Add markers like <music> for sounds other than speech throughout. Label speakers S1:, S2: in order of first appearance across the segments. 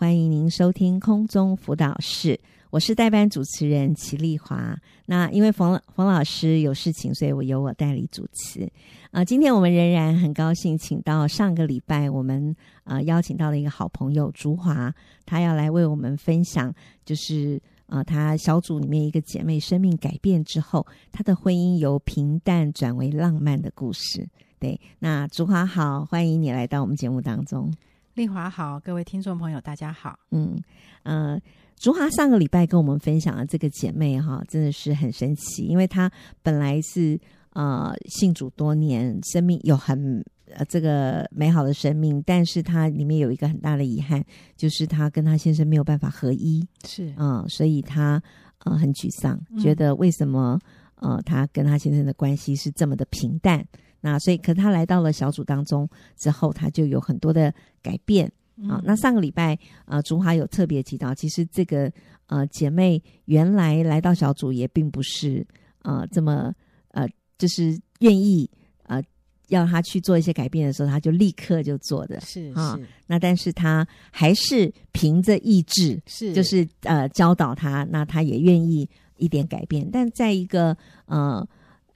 S1: 欢迎您收听空中辅导室，我是代班主持人齐丽华。那因为冯冯老师有事情，所以我由我代理主持。啊、呃，今天我们仍然很高兴，请到上个礼拜我们呃邀请到了一个好朋友竹华，她要来为我们分享，就是呃她小组里面一个姐妹生命改变之后，她的婚姻由平淡转为浪漫的故事。对，那竹华好，欢迎你来到我们节目当中。
S2: 丽华好，各位听众朋友，大家好。
S1: 嗯，呃，竹华上个礼拜跟我们分享的这个姐妹哈，真的是很神奇，因为她本来是呃信主多年，生命有很呃这个美好的生命，但是她里面有一个很大的遗憾，就是她跟她先生没有办法合一，
S2: 是
S1: 嗯、所以她呃很沮丧，
S2: 嗯
S1: 觉得为什么呃她跟她先生的关系是这么的平淡。那所以，可她来到了小组当中之后，她就有很多的改变，啊，那上个礼拜呃，竹华有特别提到，其实这个呃姐妹原来来到小组也并不是呃这么呃就是愿意呃要她去做一些改变的时候，她就立刻就做的。
S2: 是
S1: 啊
S2: 是
S1: 那但是她还是凭着意志，
S2: 是，
S1: 就是呃教导她，那她也愿意一点改变。但在一个呃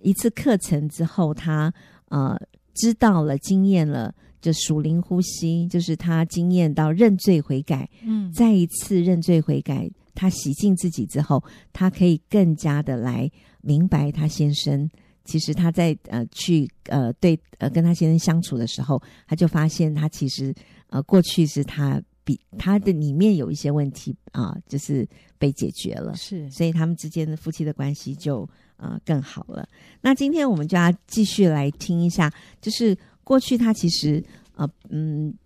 S1: 一次课程之后，她呃知道了、经验了，就属灵呼吸，就是她经验到认罪悔改，
S2: 嗯，
S1: 再一次认罪悔改，她洗净自己之后，她可以更加的来明白她先生。其实她在呃去呃对呃跟她先生相处的时候，她就发现她其实呃过去是她比她的里面有一些问题啊、就是被解决了。
S2: 是
S1: 所以他们之间的夫妻的关系就呃更好了。那今天我们就要继续来听一下，就是过去他其实呃嗯，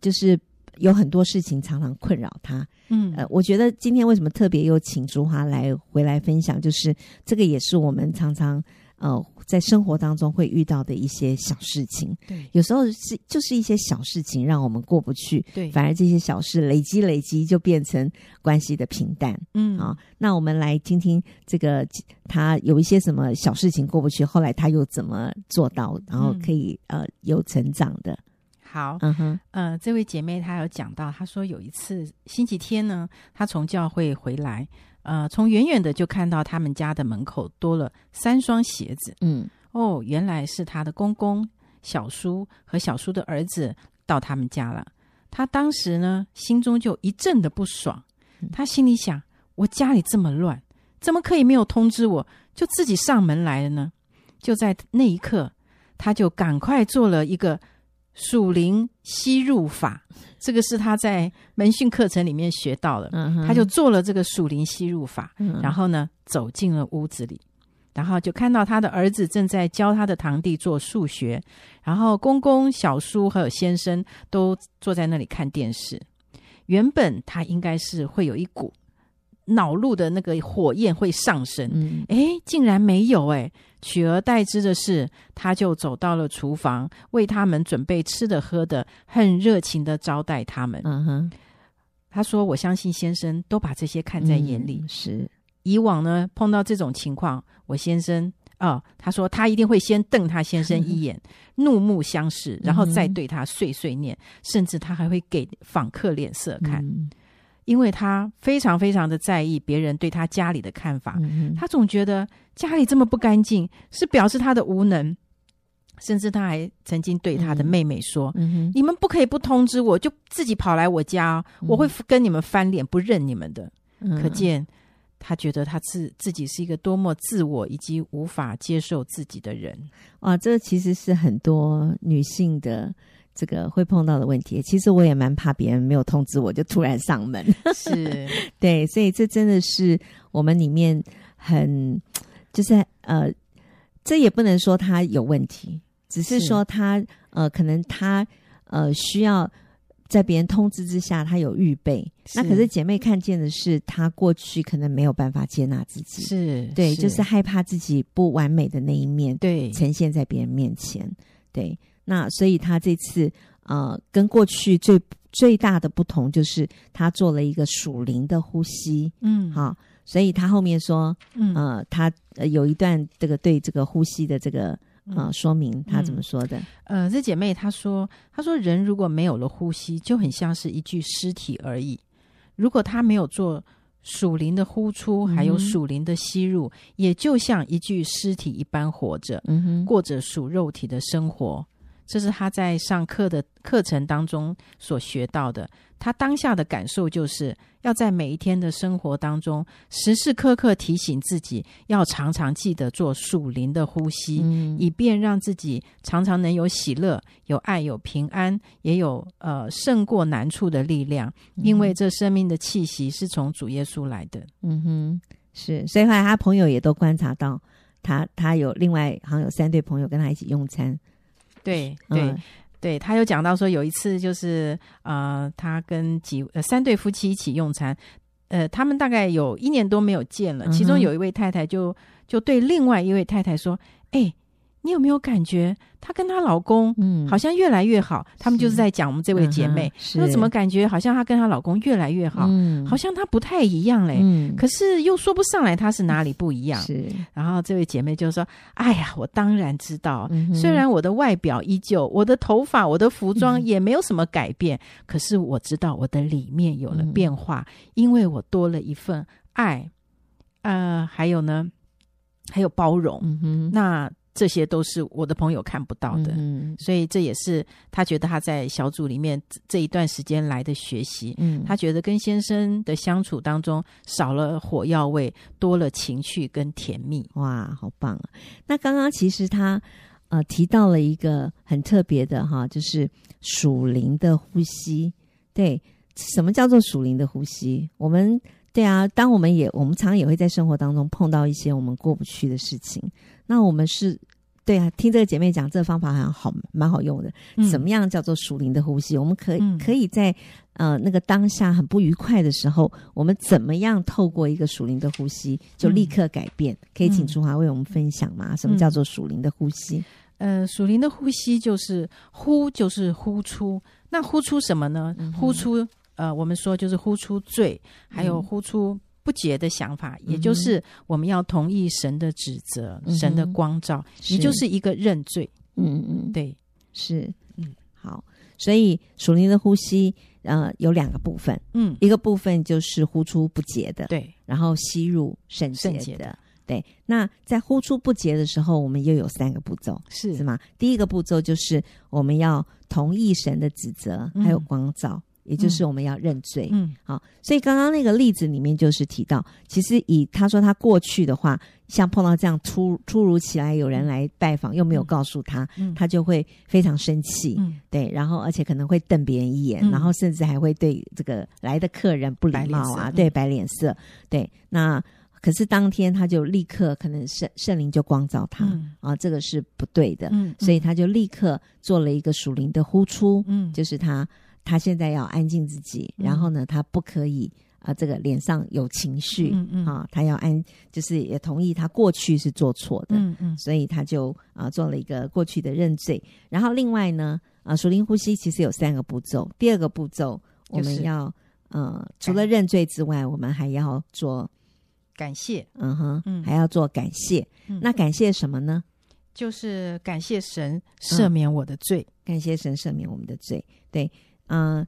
S1: 就是有很多事情常常困扰他。
S2: 嗯
S1: 呃，我觉得今天为什么特别又请竹华来回来分享，就是这个也是我们常常呃在生活当中会遇到的一些小事情。
S2: 对
S1: 有时候是就是一些小事情让我们过不去，
S2: 对，
S1: 反而这些小事累积累积就变成关系的平淡。
S2: 嗯
S1: 啊，那我们来听听这个他有一些什么小事情过不去，后来他又怎么做到，然
S2: 嗯
S1: 后可以、呃有成长的。
S2: 好，
S1: 嗯哼，
S2: 呃，这位姐妹她有讲到，她说有一次星期天呢，她从教会回来，呃，从远远的就看到他们家的门口多了三双鞋子，
S1: 嗯
S2: 哦，原来是她的公公、小叔和小叔的儿子到他们家了。她当时呢，心中就一阵的不爽
S1: 嗯，
S2: 她心里想：我家里这么乱，怎么可以没有通知我就自己上门来了呢？就在那一刻，她就赶快做了一个属灵吸入法，这个是她在门训课程里面学到的。
S1: 嗯哼，
S2: 她就做了这个属灵吸入法，
S1: 嗯
S2: 然后呢，走进了屋子里，然后就看到他的儿子正在教他的堂弟做数学，然后公公、小叔还有先生都坐在那里看电视。原本他应该是会有一股恼怒的那个火焰会上升，
S1: 嗯
S2: 诶，竟然没有诶，取而代之的是，他就走到了厨房，为他们准备吃的喝的，很热情的招待他们。
S1: 嗯哼，
S2: 他说：“我相信先生都把这些看在眼里。
S1: 嗯是
S2: 以往呢，碰到这种情况，我先生啊、他说他一定会先瞪他先生一眼，怒目相视，然后再
S1: 嗯
S2: 对他碎碎念，甚至他还会给访客脸色看，
S1: 嗯
S2: 因为他非常非常的在意别人对他家里的看法，
S1: 嗯
S2: 他总觉得家里这么不干净是表示他的无能，甚至他还曾经对他的
S1: 嗯
S2: 妹妹说。
S1: 嗯哼
S2: 你们不可以不通知我，就自己跑来我家哦、我会跟你们翻脸，不认你们的。
S1: 嗯
S2: 可见他觉得他自自己是一个多么自我以及无法接受自己的人。
S1: 哇，这其实是很多女性的。这个会碰到的问题，其实我也蛮怕别人没有通知我就突然上门，
S2: <laughs> 是， <laughs>
S1: 对，所以这真的是我们里面很，就是呃，这也不能说他有问题，只是
S2: 是
S1: 说他呃，可能他呃需要在别人通知之下，他有预备。那
S2: 是
S1: 可是姐妹看见的是，她过去可能没有办法接纳自己，
S2: 是，
S1: 对，就是害怕自己不完美的那一面
S2: 对，
S1: 呈现在别人面前。对，那所以他这次呃，跟过去最最大的不同就是他做了一个属灵的呼吸，
S2: 嗯，，
S1: 好，所以他后面说，
S2: 嗯，
S1: 呃，他呃有一段这个对这个呼吸的这个啊、说明他怎么说的？
S2: 嗯呃，这姐妹她说，她说人如果没有了呼吸，就很像是一具尸体而已。如果他没有做属灵的呼出，还有
S1: 嗯
S2: 属灵的吸入，也就像一具尸体一般活着，
S1: 嗯哼，
S2: 过着属肉体的生活。这是她在上课的课程当中所学到的。她当下的感受就是要在每一天的生活当中，时时刻刻提醒自己，要常常记得做属灵的呼吸。
S1: 嗯
S2: 以便让自己常常能有喜乐、有爱、有平安，也有呃胜过难处的力量，因为这生命的气息是从主耶稣来的。
S1: 嗯哼，是，所以后来他朋友也都观察到他，他有另外好像有三对朋友跟他一起用餐，
S2: 对对、
S1: 嗯
S2: 对，他有讲到说有一次就是呃，他跟几呃三对夫妻一起用餐，呃，他们大概有一年多没有见了，
S1: 嗯哼
S2: 其中有一位太太就就对另外一位太太说：“哎、你有没有感觉她跟她老公
S1: 嗯，
S2: 好像越来越好？”他们就是
S1: 是
S2: 在讲我们这位姐妹。
S1: 嗯哼
S2: 那
S1: 是
S2: 怎么感觉好像她跟她老公越来越好，
S1: 嗯
S2: 好像她不太一样嘞？
S1: 嗯，
S2: 可是又说不上来她是哪里不一样。
S1: 是，
S2: 然后这位姐妹就说：“哎呀，我当然知道，
S1: 嗯哼嗯
S2: 虽然我的外表依旧，我的头发、我的服装也没有什么改变，可是我知道我的里面有了
S1: 嗯
S2: 变化，因为我多了一份爱，呃，还有呢，还有包容。
S1: 嗯哼，
S2: 那这些都是我的朋友看不到的。
S1: 嗯
S2: 所以这也是他觉得他在小组里面这这一段时间来的学习。
S1: 嗯，
S2: 他觉得跟先生的相处当中少了火药味，多了情趣跟甜蜜。
S1: 哇，好棒啊！那刚刚其实他呃提到了一个很特别的哈，就是属灵的呼吸。对，什么叫做属灵的呼吸？我们对啊，当我们也我们常常也会在生活当中碰到一些我们过不去的事情，那我们是。对啊，听这个姐妹讲，这个方法好像好蛮好用的。怎么样叫做属灵的呼吸？我们可以、
S2: 嗯
S1: 可以在呃那个当下很不愉快的时候，我们怎么样透过一个属灵的呼吸就立刻改变？可以请
S2: 嗯
S1: 楚华为我们分享吗？什么叫做属灵的呼吸？
S2: 呃，属灵的呼吸就是呼，就是呼出。那呼出什么呢？
S1: 嗯
S2: 呼出呃，我们说就是呼出罪，还有
S1: 嗯
S2: 呼出不洁的想法，也
S1: 嗯哼
S2: 就是我们要同意神的指责、
S1: 嗯哼
S2: 神的光照，
S1: 是
S2: 也就是一个认罪。
S1: 嗯嗯，
S2: 对，
S1: 是
S2: 嗯
S1: 好。所以属灵的呼吸呃有两个部分，
S2: 嗯，
S1: 一个部分就是呼出不洁的，
S2: 对，
S1: 然后吸入圣洁
S2: 圣洁
S1: 的
S2: 的。
S1: 对，那在呼出不洁的时候，我们又有三个步骤。
S2: 是
S1: 是吗？第一个步骤就是我们要同意神的指责，
S2: 嗯
S1: 还有光照，也就是我们要认罪。
S2: 嗯
S1: 好，所以刚刚那个例子里面就是提到，其实以他说他过去的话，像碰到这样突突如其来有人来拜访，又没有
S2: 嗯
S1: 告诉他，
S2: 嗯
S1: 他就会非常生气，
S2: 嗯
S1: 对，然后而且可能会瞪别人一眼，
S2: 嗯
S1: 然后甚至还会对这个来的客人不礼貌啊，
S2: 白脸色嗯
S1: 对，摆脸色，对，那。可是当天他就立刻，可能圣圣灵就光照他、
S2: 嗯
S1: 啊，这个是不对的。
S2: 嗯，
S1: 所以
S2: 嗯
S1: 他就立刻做了一个属灵的呼出，
S2: 嗯
S1: 就是他他现在要安静自己，
S2: 嗯
S1: 然后呢，他不可以啊、呃这个脸上有情绪
S2: 嗯嗯
S1: 啊，他要安，就是也同意他过去是做错的，
S2: 嗯嗯
S1: 所以他就啊、呃做了一个过去的认罪。然后另外呢，啊、属灵呼吸其实有三个步骤，第二个步骤我
S2: 就
S1: 们
S2: 是
S1: 要、呃除了认罪之外，我们还要做
S2: 感谢
S1: 嗯哼，
S2: 嗯
S1: 还要做感谢。
S2: 嗯
S1: 那嗯感谢什么呢？
S2: 就是感谢神赦免我的罪。
S1: 感谢神赦免我们的罪。对，嗯、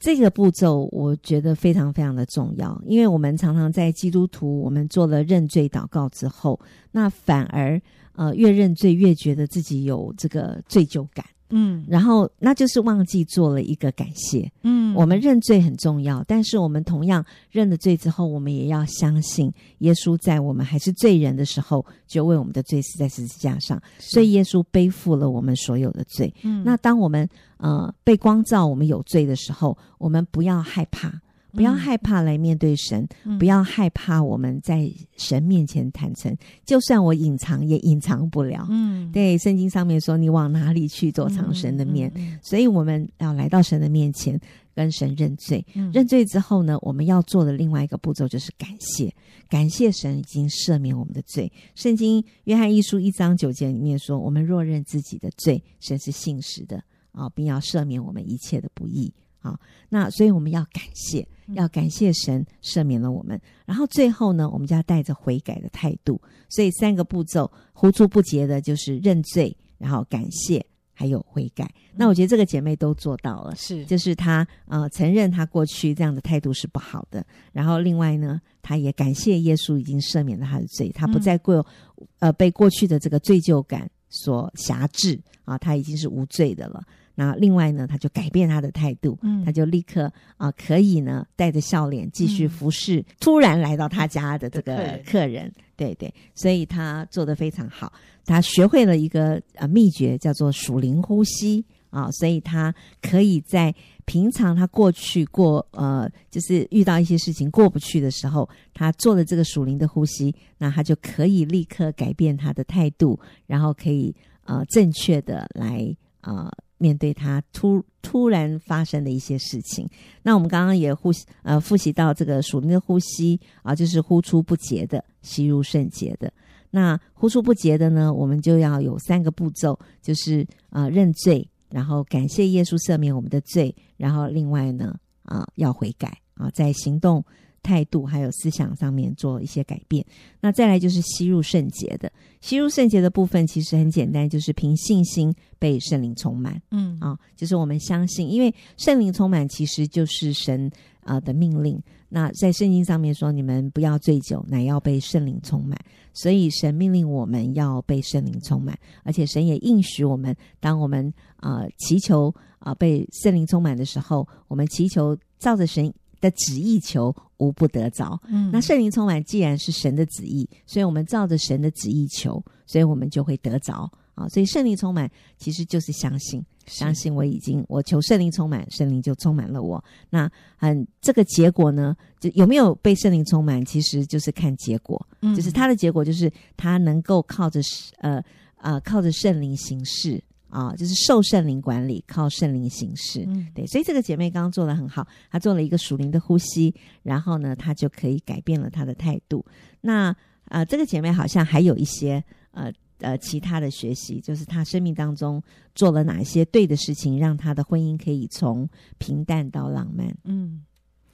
S1: 这个步骤我觉得非常非常的重要，因为我们常常在基督徒，我们做了认罪祷告之后，那反而呃越认罪越觉得自己有这个罪疚感，
S2: 嗯
S1: 然后那就是忘记做了一个感谢。
S2: 嗯
S1: 我们认罪很重要，但是我们同样认了罪之后，我们也要相信耶稣在我们还是罪人的时候，就为我们的罪死在十字架上，所以耶稣背负了我们所有的罪。
S2: 嗯
S1: 那当我们呃被光照，我们有罪的时候，我们不要害怕，不要
S2: 嗯
S1: 害怕来面对神，
S2: 嗯
S1: 不要害怕我们在神面前坦诚，就算我隐藏也隐藏不了。
S2: 嗯
S1: 对，圣经上面说，你往哪里去躲藏神的
S2: 嗯
S1: 面？，所以我们要来到神的面前，跟神认罪。
S2: 嗯
S1: 认罪之后呢，我们要做的另外一个步骤就是感谢，感谢神已经赦免我们的罪。圣经约翰一书一章九节里面说：“我们若认自己的罪，神是信实的啊，并要赦免我们一切的不义。”好，那所以我们要感谢，要感谢神赦免了我们。然后最后呢，我们就要带着悔改的态度。所以三个步骤，呼之不竭的就是认罪，然后感谢，还有悔改。那我觉得这个姐妹都做到了。
S2: 是
S1: 就是她呃承认她过去这样的态度是不好的，然后另外呢，她也感谢耶稣已经赦免了她的罪，她不再过、
S2: 嗯
S1: 呃被过去的这个罪疚感所辖制啊，她已经是无罪的了。那另外呢，她就改变她的态度，
S2: 嗯
S1: 她就立刻啊、可以呢带着笑脸继续
S2: 嗯
S1: 服侍、突然来到她家的这
S2: 的客
S1: 个
S2: 人
S1: 客人，对对，所以她做得非常好。他学会了一个呃秘诀，叫做属灵呼吸啊，所以他可以在平常他过去过呃，就是遇到一些事情过不去的时候，他做了这个属灵的呼吸，那他就可以立刻改变他的态度，然后可以呃正确的来呃面对他突突然发生的一些事情。那我们刚刚也呼吸呃复习到这个属灵的呼吸啊、就是呼出不竭的，吸入圣洁的。那呼出不竭的呢，我们就要有三个步骤，就是呃认罪，然后感谢耶稣赦免我们的罪，然后另外呢啊、要悔改啊、在行动、态度还有思想上面做一些改变。那再来就是吸入圣洁的，吸入圣洁的部分其实很简单，就是凭信心被圣灵充满。
S2: 嗯
S1: 啊、就是我们相信，因为圣灵充满其实就是神啊、呃的命令。那在圣经上面说，你们不要醉酒，乃要被圣灵充满。所以神命令我们要被圣灵充满，而且神也应许我们，当我们呃祈求啊、呃被圣灵充满的时候，我们祈求照着神的旨意求，无不得着。
S2: 嗯
S1: 那圣灵充满既然是神的旨意，所以我们照着神的旨意求，所以我们就会得着啊。所以圣灵充满其实就是相信。相信我已经，我求圣灵充满，圣灵就充满了我。那嗯，这个结果呢，就有没有被圣灵充满，其实就是看结果，
S2: 嗯
S1: 就是它的结果就是他能够靠着呃呃靠着圣灵行事啊、就是受圣灵管理，靠圣灵行事。
S2: 嗯
S1: 对，所以这个姐妹刚刚做的很好，她做了一个属灵的呼吸，然后呢，她就可以改变了她的态度。那呃，这个姐妹好像还有一些呃呃其他的学习，就是她生命当中做了哪一些对的事情，让她的婚姻可以从平淡到浪漫。
S2: 嗯，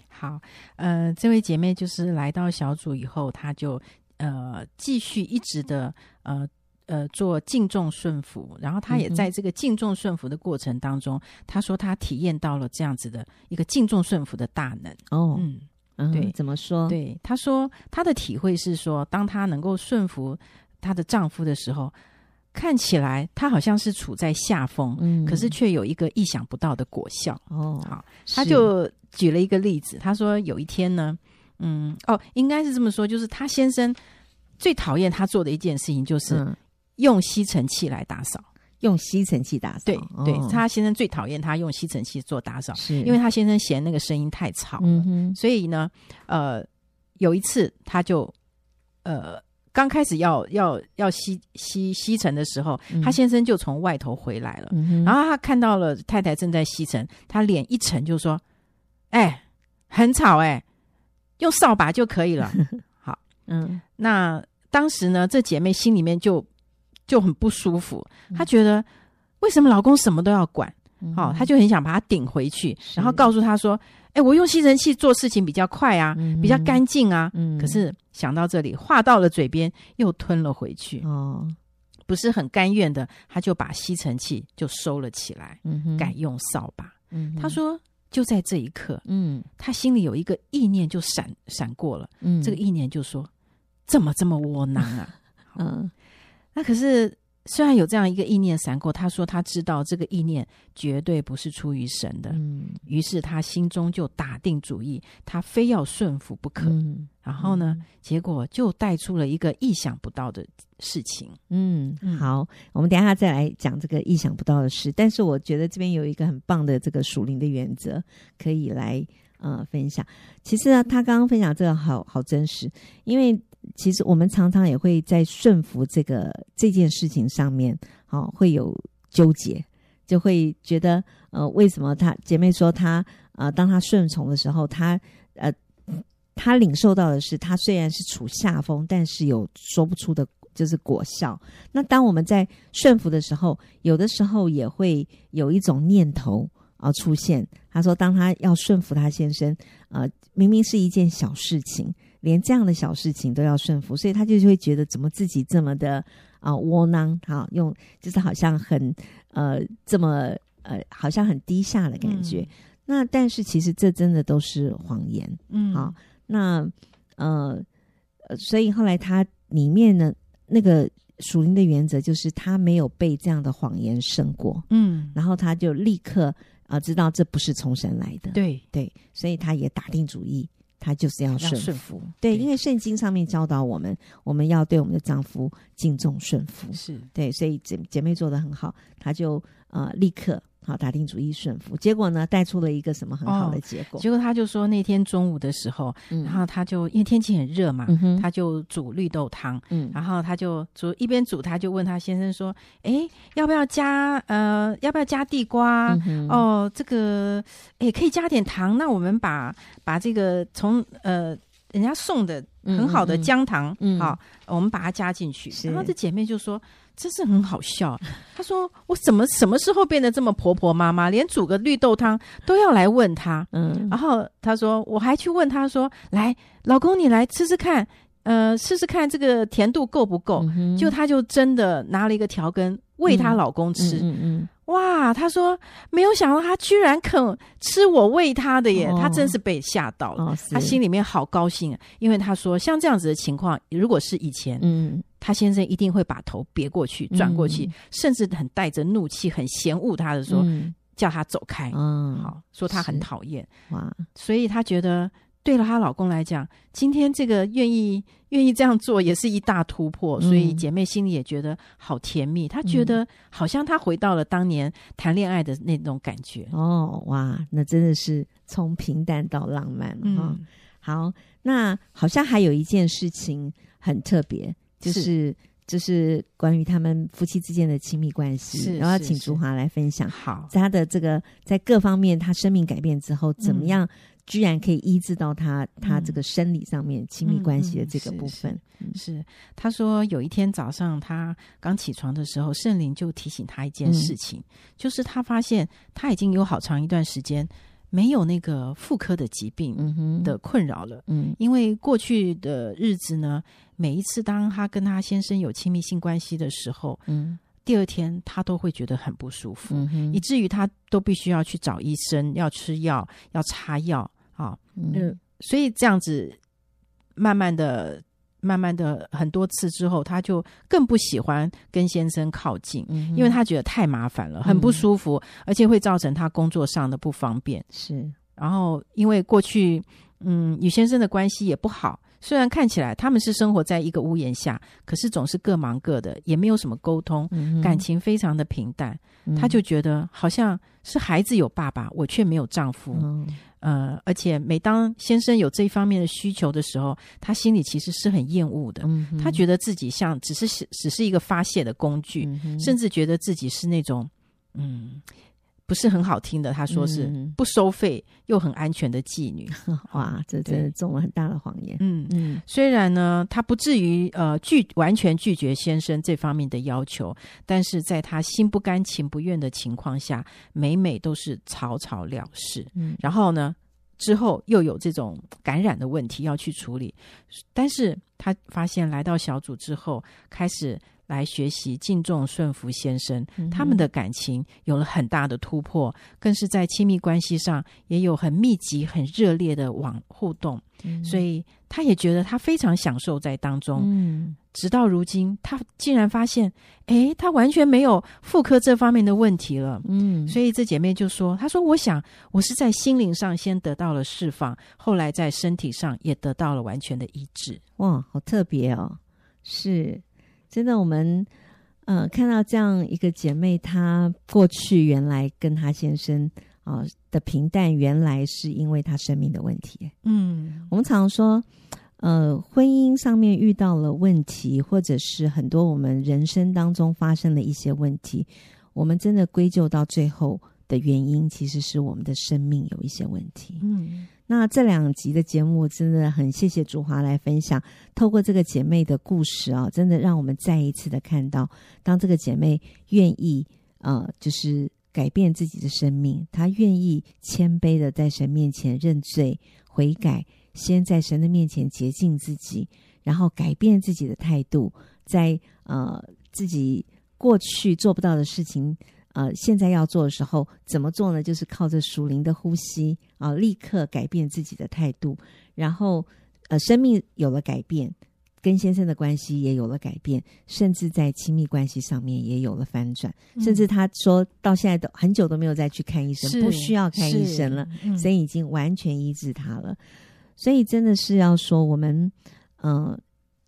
S2: 好，呃，这位姐妹就是来到小组以后，她就呃继续一直的呃。呃，做敬重顺服，然后她也
S1: 嗯哼
S2: 在这个敬重顺服的过程当中，她说她体验到了这样子的一个敬重顺服的大能。
S1: 哦，
S2: 嗯，
S1: 嗯，
S2: 对
S1: 怎么说？，
S2: 对，她说她的体会是说，当她能够顺服她的丈夫的时候，看起来她好像是处在下风，
S1: 嗯
S2: 可是却有一个意想不到的果效。
S1: 哦，
S2: 好，他
S1: 是
S2: 就举了一个例子，他说有一天呢，嗯，哦，应该是这么说，就是他先生最讨厌他做的一件事情就是
S1: 嗯
S2: 用吸尘器来打扫。
S1: 用吸尘器打扫，
S2: 对、
S1: 哦
S2: 对，他先生最讨厌他用吸尘器做打扫，
S1: 是
S2: 因为他先生嫌那个声音太吵了，
S1: 嗯哼
S2: 所以呢，呃，有一次他就呃。刚开始要要要吸吸吸尘的时候，
S1: 嗯
S2: 他先生就从外头回来了。
S1: 嗯哼，
S2: 然后他看到了太太正在吸尘，他脸一沉就说：“哎、很吵哎、用扫把就可
S1: <laughs>
S2: 以了。
S1: 嗯，”
S2: 那当时呢，这姐妹心里面就就很不舒服，
S1: 嗯
S2: 她觉得为什么老公什么都要管？哦，她
S1: 就
S2: 就很想把他顶回去，
S1: 嗯是
S2: 然后告诉他说：“哎、我用吸尘器做事情比较快
S1: 嗯
S2: 啊，比较，干净啊。”
S1: 嗯哼
S2: 可是想到这里，话到了嘴边又吞了回去
S1: 嗯，哦，
S2: 不是很甘愿的，她就把吸尘器就收了起来，
S1: 嗯哼
S2: 改用扫把。
S1: 嗯哼
S2: 他说，就在这一刻，
S1: 嗯
S2: 他心里有一个意念就闪闪过了，
S1: 嗯，
S2: 这个意念就说：怎么这么窝囊
S1: <laughs>
S2: 啊？
S1: 嗯
S2: 那可是虽然有这样一个意念闪过，他说他知道这个意念绝对不是出于神的，
S1: 嗯
S2: 于是他心中就打定主意，他非要顺服不可。
S1: 嗯
S2: 然后呢，结果就带出了一个意想不到的事情。
S1: 嗯
S2: 嗯
S1: 好，我们等一下再来讲这个意想不到的事，但是我觉得这边有一个很棒的这个属灵的原则可以来呃分享。其实呢，他刚刚分享这个好好真实，因为其实我们常常也会在顺服这个这件事情上面，好、会有纠结，就会觉得呃，为什么她姐妹说她呃，当她顺从的时候，她呃，她领受到的是，她虽然是处下风，但是有说不出的，就是果效。那当我们在顺服的时候，有的时候也会有一种念头。呃出现。他说，当他要顺服他先生，呃，明明是一件小事情，连这样的小事情都要顺服，所以他就会觉得怎么自己这么的啊、窝囊，好、用就是好像很呃这么呃好像很低下的感觉。那但是其实这真的都是谎言。
S2: 嗯，
S1: 好，那呃，呃所以后来他里面呢，那个属灵的原则就是他没有被这样的谎言胜过，
S2: 嗯，
S1: 然后他就立刻啊、呃知道这不是从神来的，
S2: 对，
S1: 对所以他也打定主意，他就是要
S2: 要
S1: 顺服。
S2: 顺服，
S1: 对，因为圣经上面教导我们，我们要对我们的丈夫敬重顺服。
S2: 是，
S1: 对，所以姐姐妹做的很好，她就呃立刻好打定主意顺服，结果呢带出了一个什么很好
S2: 哦
S1: 的结果？
S2: 结果他就说那天中午的时候，
S1: 嗯
S2: 然后他就因为天气很热嘛，
S1: 嗯哼，
S2: 他就煮绿豆汤，
S1: 嗯
S2: 然后他就煮一边煮，他就问他先生说：“诶，要不要加呃，要不要加地瓜？
S1: 嗯哼
S2: 哦，这个诶可以加点糖。那我们把把这个从呃人家送的很好的
S1: 嗯嗯嗯
S2: 姜糖，
S1: 嗯
S2: 好、我们把它加进去。
S1: 是
S2: 然后这姐妹就说。”真是很好笑，啊她说我怎么什么时候变得这么婆婆妈妈，连煮个绿豆汤都要来问她。
S1: 嗯
S2: 然后他说，我还去问他说，来，老公你来吃吃看，呃，试试看这个甜度够不够？
S1: 嗯
S2: 就她就真的拿了一个调羹喂她老公吃，
S1: 嗯嗯
S2: 哇，她说没有想到他居然肯吃我喂他的耶，
S1: 哦
S2: 她真是被吓到了。
S1: 哦，
S2: 她心
S1: 里
S2: 里面好高兴啊，因为她说像这样子的情况，如果是以前，
S1: 嗯
S2: 她先生一定会把头别过去、转过去
S1: 嗯，
S2: 甚至很带着怒气、很嫌恶她的说，
S1: 嗯
S2: 叫她走开，
S1: 嗯
S2: 好说她很
S1: 是
S2: 讨厌。
S1: 哇
S2: 所以她觉得对了她老公来讲，今天这个愿意愿意这样做也是一大突破，
S1: 嗯
S2: 所以姐妹心里也觉得好甜蜜，她觉得好像她回到了当年谈恋爱的那种感觉。
S1: 哦哇，那真的是从平淡到浪漫哈、
S2: 嗯，
S1: 好，那好像还有一件事情很特别，就是。就是关于他们夫妻之间的亲密关系，
S2: 是
S1: 然后要
S2: 是
S1: 请
S2: 是
S1: 竹华来分享
S2: 嗯好，
S1: 他的这个在各方面他生命改变之后，怎么
S2: 嗯
S1: 样居然可以医治到他、他这个生理上面亲密
S2: 嗯
S1: 关系的
S2: 嗯
S1: 这个
S2: 是
S1: 部
S2: 是
S1: 分。
S2: 是她说有一天早上她刚起床的时候，圣灵就提醒她一
S1: 嗯
S2: 件事情，就是她发现她已经有好长一段时间没有那个妇科的疾病
S1: 嗯哼
S2: 的困扰了。
S1: 嗯
S2: 因为过去的日子呢，每一次当她跟她先生有亲密性关系的时候，
S1: 嗯
S2: 第二天她都会觉得很不舒服，
S1: 嗯哼
S2: 以至于她都必须要去找医生，要吃药，要擦药啊。
S1: 嗯
S2: 嗯，所以这样子，慢慢的、慢慢的很多次之后，她就更不喜欢跟先生靠近。
S1: 嗯
S2: 因为她觉得太麻烦了，很不舒服，而且会造成她工作上的不方便。
S1: 是
S2: 然后因为过去，嗯，与先生的关系也不好，虽然看起来他们是生活在一个屋檐下，可是总是各忙各的，也没有什么沟通，感
S1: 感
S2: 情非常的平淡。
S1: 情
S2: 她就觉得好像是孩子有爸爸，我却没有丈夫。
S1: 嗯
S2: 呃，而且每当先生有这一方面的需求的时候，她心里其实是很厌恶的。
S1: 嗯哼，
S2: 她觉得自己像只是只是一个发泄的工具，
S1: 嗯哼
S2: 甚至觉得自己是那种，嗯，不是很好听的。她说是、
S1: 嗯
S2: 不收费又很安全的妓
S1: <laughs>
S2: 女。
S1: 哇，这
S2: 对
S1: 真的中了很大的谎言。
S2: 嗯，
S1: 嗯
S2: 虽然呢，她不至于呃拒完全拒绝先生这方面的要求，但是在她心不甘情不愿的情况下，每每都是草草了事。
S1: 嗯
S2: 然后呢，之后又有这种感染的问题要去处理，但是她发现来到小组之后，开始来学习敬重顺服先生，
S1: 嗯
S2: 他们的感情有了很大的突破，更是在亲密关系上也有很密集、很热烈的网互动，
S1: 嗯
S2: 所以他也觉得他非常享受在当中。
S1: 嗯
S2: 直到如今，他竟然发现，诶，他完全没有妇科这方面的问题了。
S1: 嗯，
S2: 所以这姐妹就说：“她说，我想我是在心灵上先得到了释放，后来在身体上也得到了完全的医治。
S1: 哇，好特别哦！是，真的，我们呃看到这样一个姐妹，她过去原来跟她先生啊、的平淡，原来是因为她生命的问题。
S2: 嗯
S1: 我们常说，呃，婚姻上面遇到了问题，或者是很多我们人生当中发生的一些问题，我们真的归咎到最后的原因，其实是我们的生命有一些问题。”
S2: 嗯，
S1: 那这两集的节目真的很谢谢竹华来分享，透过这个姐妹的故事啊，真的让我们再一次的看到，当这个姐妹愿意呃，就是改变自己的生命，他愿意谦卑的在神面前认罪悔改，先在神的面前洁净自己，然后改变自己的态度，在呃自己过去做不到的事情。呃，现在要做的时候怎么做呢？就是靠着属灵的呼吸啊、立刻改变自己的态度，然后呃，生命有了改变，跟先生的关系也有了改变，甚至在亲密关系上面也有了翻转。
S2: 嗯
S1: 甚至他说到现在都很久都没有再去看医生，
S2: 是
S1: 不需要看医生了，，
S2: 是嗯
S1: 神已经完全医治他了。所以真的是要说，我们呃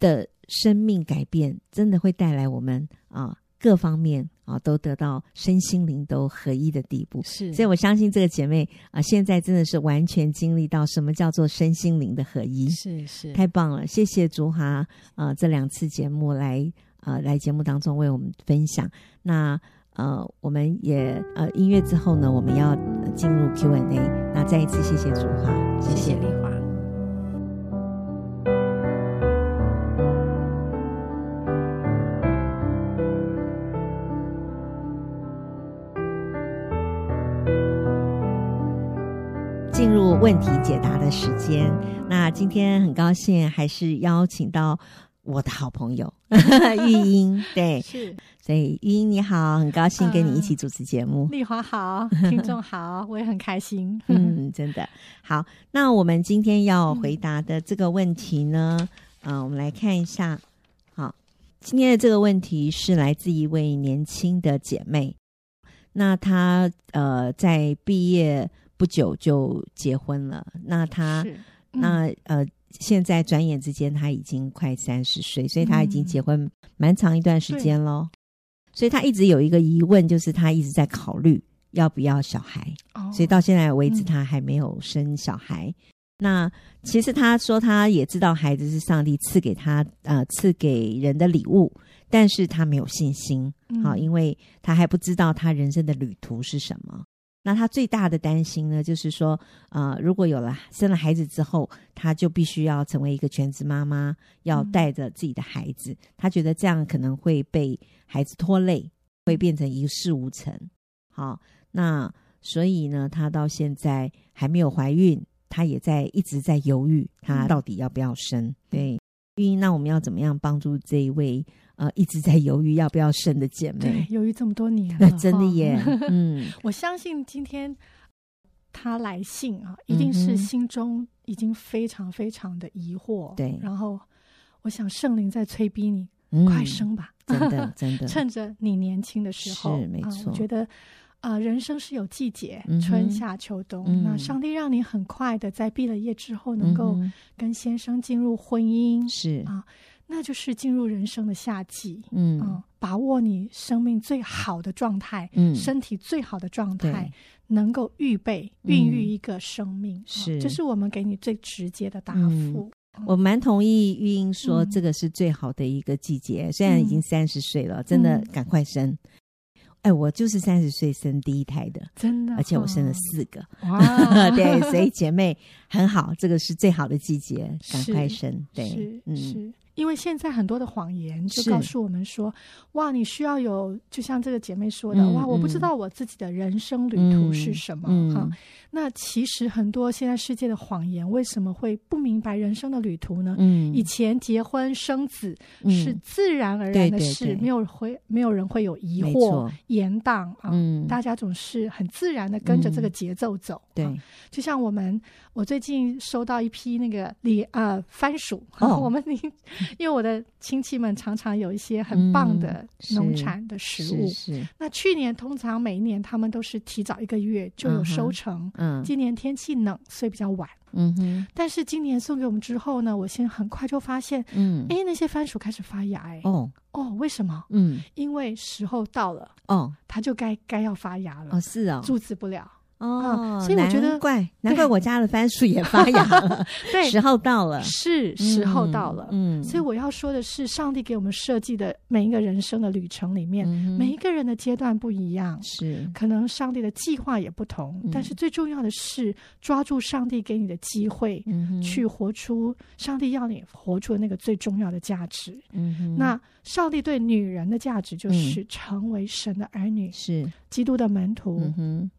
S1: 的生命改变，真的会带来我们啊、各方面啊、都得到身心灵都合一的地步。
S2: 是，
S1: 所以我相信这个姐妹啊、现在真的是完全经历到什么叫做身心灵的合一。
S2: 是是
S1: 太棒了，谢谢竹华啊、呃这两次节目来呃来节目当中为我们分享。那呃，我们也呃音乐之后呢，我们要呃进入 Q&A。那再一次谢谢竹华，
S2: 谢谢丽华。
S1: 进入问题解答的时间。那今天很高兴还是邀请到我的好朋友 <laughs> 玉英，对，
S2: 是啊
S1: 所以玉英你好，很高兴跟你一起主持节 <laughs> 目。
S3: 丽华好，听众好，我也很开 <laughs> 心。
S1: <laughs> 嗯，真的好。那我们今天要回答的这个问题呢，嗯、我们来看一下。好，今天的这个问题是来自一位年轻的姐妹，那她呃在毕业不久就结婚了，那她
S3: 是
S1: 那呃，现在转眼之间，他已经快三十岁，所以他已经结婚蛮长一段时间喽。所以他一直有一个疑问，就是他一直在考虑要不要小孩，
S3: 哦
S1: 所以到现在为止，
S3: 嗯
S1: 他还没有生小孩。那其实他说，他也知道孩子是上帝赐给他呃赐给人的礼物，但是他没有信心。
S3: 嗯
S1: 好，因为他还不知道他人生的旅途是什么。那他最大的担心呢，就是说，呃，如果有了生了孩子之后，他就必须要成为一个全职妈妈，要
S3: 嗯
S1: 带着自己的孩子。他觉得这样可能会被孩子拖累，
S3: 嗯
S1: 会变成一事无成。好，那所以呢，她到现在还没有怀孕，她也在一直在犹豫，她
S3: 嗯
S1: 到底要不要生？对，玉英，那我们要怎么样帮助这一位呃一直在犹豫要不要生的姐
S3: 对
S1: 妹，？
S3: 由于这么多年
S1: 那 <laughs>
S3: 了，
S1: 真的
S3: 哈
S1: 耶，
S3: <laughs>
S1: 嗯，
S3: 我相信今天他来信啊，一定
S1: 嗯哼
S3: 是心中已经非常非常的疑惑。
S1: 对
S3: 然后我想圣灵在催逼你，
S1: 嗯
S3: 快，生吧，
S1: 真
S3: <laughs>
S1: 的真的，
S3: 趁着你年轻的时候，
S1: 是没
S3: 啊我
S1: 错
S3: 觉得啊、人生是有季节，
S1: 嗯哼
S3: 春夏秋冬。
S1: 嗯
S3: 那上帝让你很快的在毕了业之后，能够
S1: 嗯
S3: 跟先生进入婚姻，
S1: 哼是
S3: 啊那就是进入人生的夏季。
S1: 嗯
S3: 嗯，把握你生命最好的状态，
S1: 嗯
S3: 身体最好的状态
S1: 对，
S3: 能够预备
S1: 嗯
S3: 孕育一个生命，啊
S1: 是
S3: 这是我们给你最直接的答
S1: 嗯
S3: 复。
S1: 我蛮同意玉英说，
S3: 嗯
S1: 这个是最好的一个季节。虽然已经
S3: 嗯
S1: 三十岁了，真的
S3: 嗯
S1: 赶快生。哎，我就是三十岁生第一胎的，
S3: 真的，
S1: 而且我生了
S3: 嗯
S1: 四个。，
S3: 哇
S1: 啊
S3: <laughs>
S1: <laughs> 对，所以姐妹很好，这个是最好的季节，赶快生。对
S3: 是，
S1: 嗯，
S3: 是，因为现在很多的谎言就是告诉我们说，哇，你需要有，就像这个姐妹说的，
S1: 嗯
S3: 哇，我不知
S1: 嗯
S3: 道我自己的人生旅途是什么
S1: 嗯
S3: 哈、那其实很多现在世界的谎言为什么会不明白人生的旅途呢？
S1: 嗯
S3: 以前结婚生子
S1: 嗯
S3: 是自然而
S1: 对
S3: 然的
S1: 对
S3: 事，
S1: 对
S3: 没有会没有人会有疑
S1: 没
S3: 惑
S1: 错、
S3: 严宕啊、
S1: 嗯，
S3: 大家总是很自然的跟着这个
S1: 嗯
S3: 节奏走。啊
S1: 对，
S3: 就像我们，我最近收到一批那个梨呃番薯，
S1: 哦
S3: 我们
S1: <laughs>
S3: 因因为我的亲戚们常常有一些很棒的
S1: 嗯是
S3: 农产的食
S1: 是
S3: 物。
S1: 是，
S3: 那去年通常每一年他们都是提早一个月就有收成，
S1: 嗯
S3: 今年天气冷，所以比较晚。
S1: 嗯哼，
S3: 但是今年送给我们之后呢，我先很快就发现，
S1: 嗯，
S3: 哎，那些番薯开始发芽，哎、
S1: 哦，
S3: 哦，为什么？
S1: 嗯，
S3: 因为时候到了，
S1: 哦，
S3: 它就该该要发芽了，
S1: 哦，是哦，
S3: 阻止不了。
S1: 哦，
S3: 啊所以我觉得
S1: 难怪难怪我家的番薯也发芽了，
S3: <laughs> 对，
S1: 时候到了，
S3: 是时候到了。
S1: 嗯，嗯
S3: 所以我要说的是，上帝给我们设计的每一个人生的旅程里面，
S1: 嗯哼
S3: 每一个人的阶段不一样，
S1: 是
S3: 可能上帝的计划也不同，
S1: 嗯
S3: 但是最重要的是抓住上帝给你的机会，
S1: 嗯哼
S3: 去活出上帝要你活出的那个最重要的价值。
S1: 嗯哼
S3: 那上帝对女人的价值就是成为神的儿女，
S1: 是
S3: 基督的门徒。
S1: 嗯哼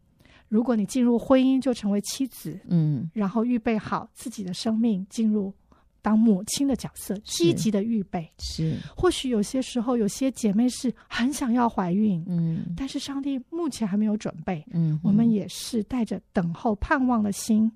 S3: 如果你进入婚姻，就成为妻子，
S1: 嗯
S3: 然后预备好自己的生命，进入当母亲的角色，
S1: 是
S3: 积极的预备。
S1: 是
S3: 或许有些时候，有些姐妹是很想要怀孕，
S1: 嗯
S3: 但是上帝目前还没有准备。
S1: 嗯哼，
S3: 我们也是带着等候、盼望的心，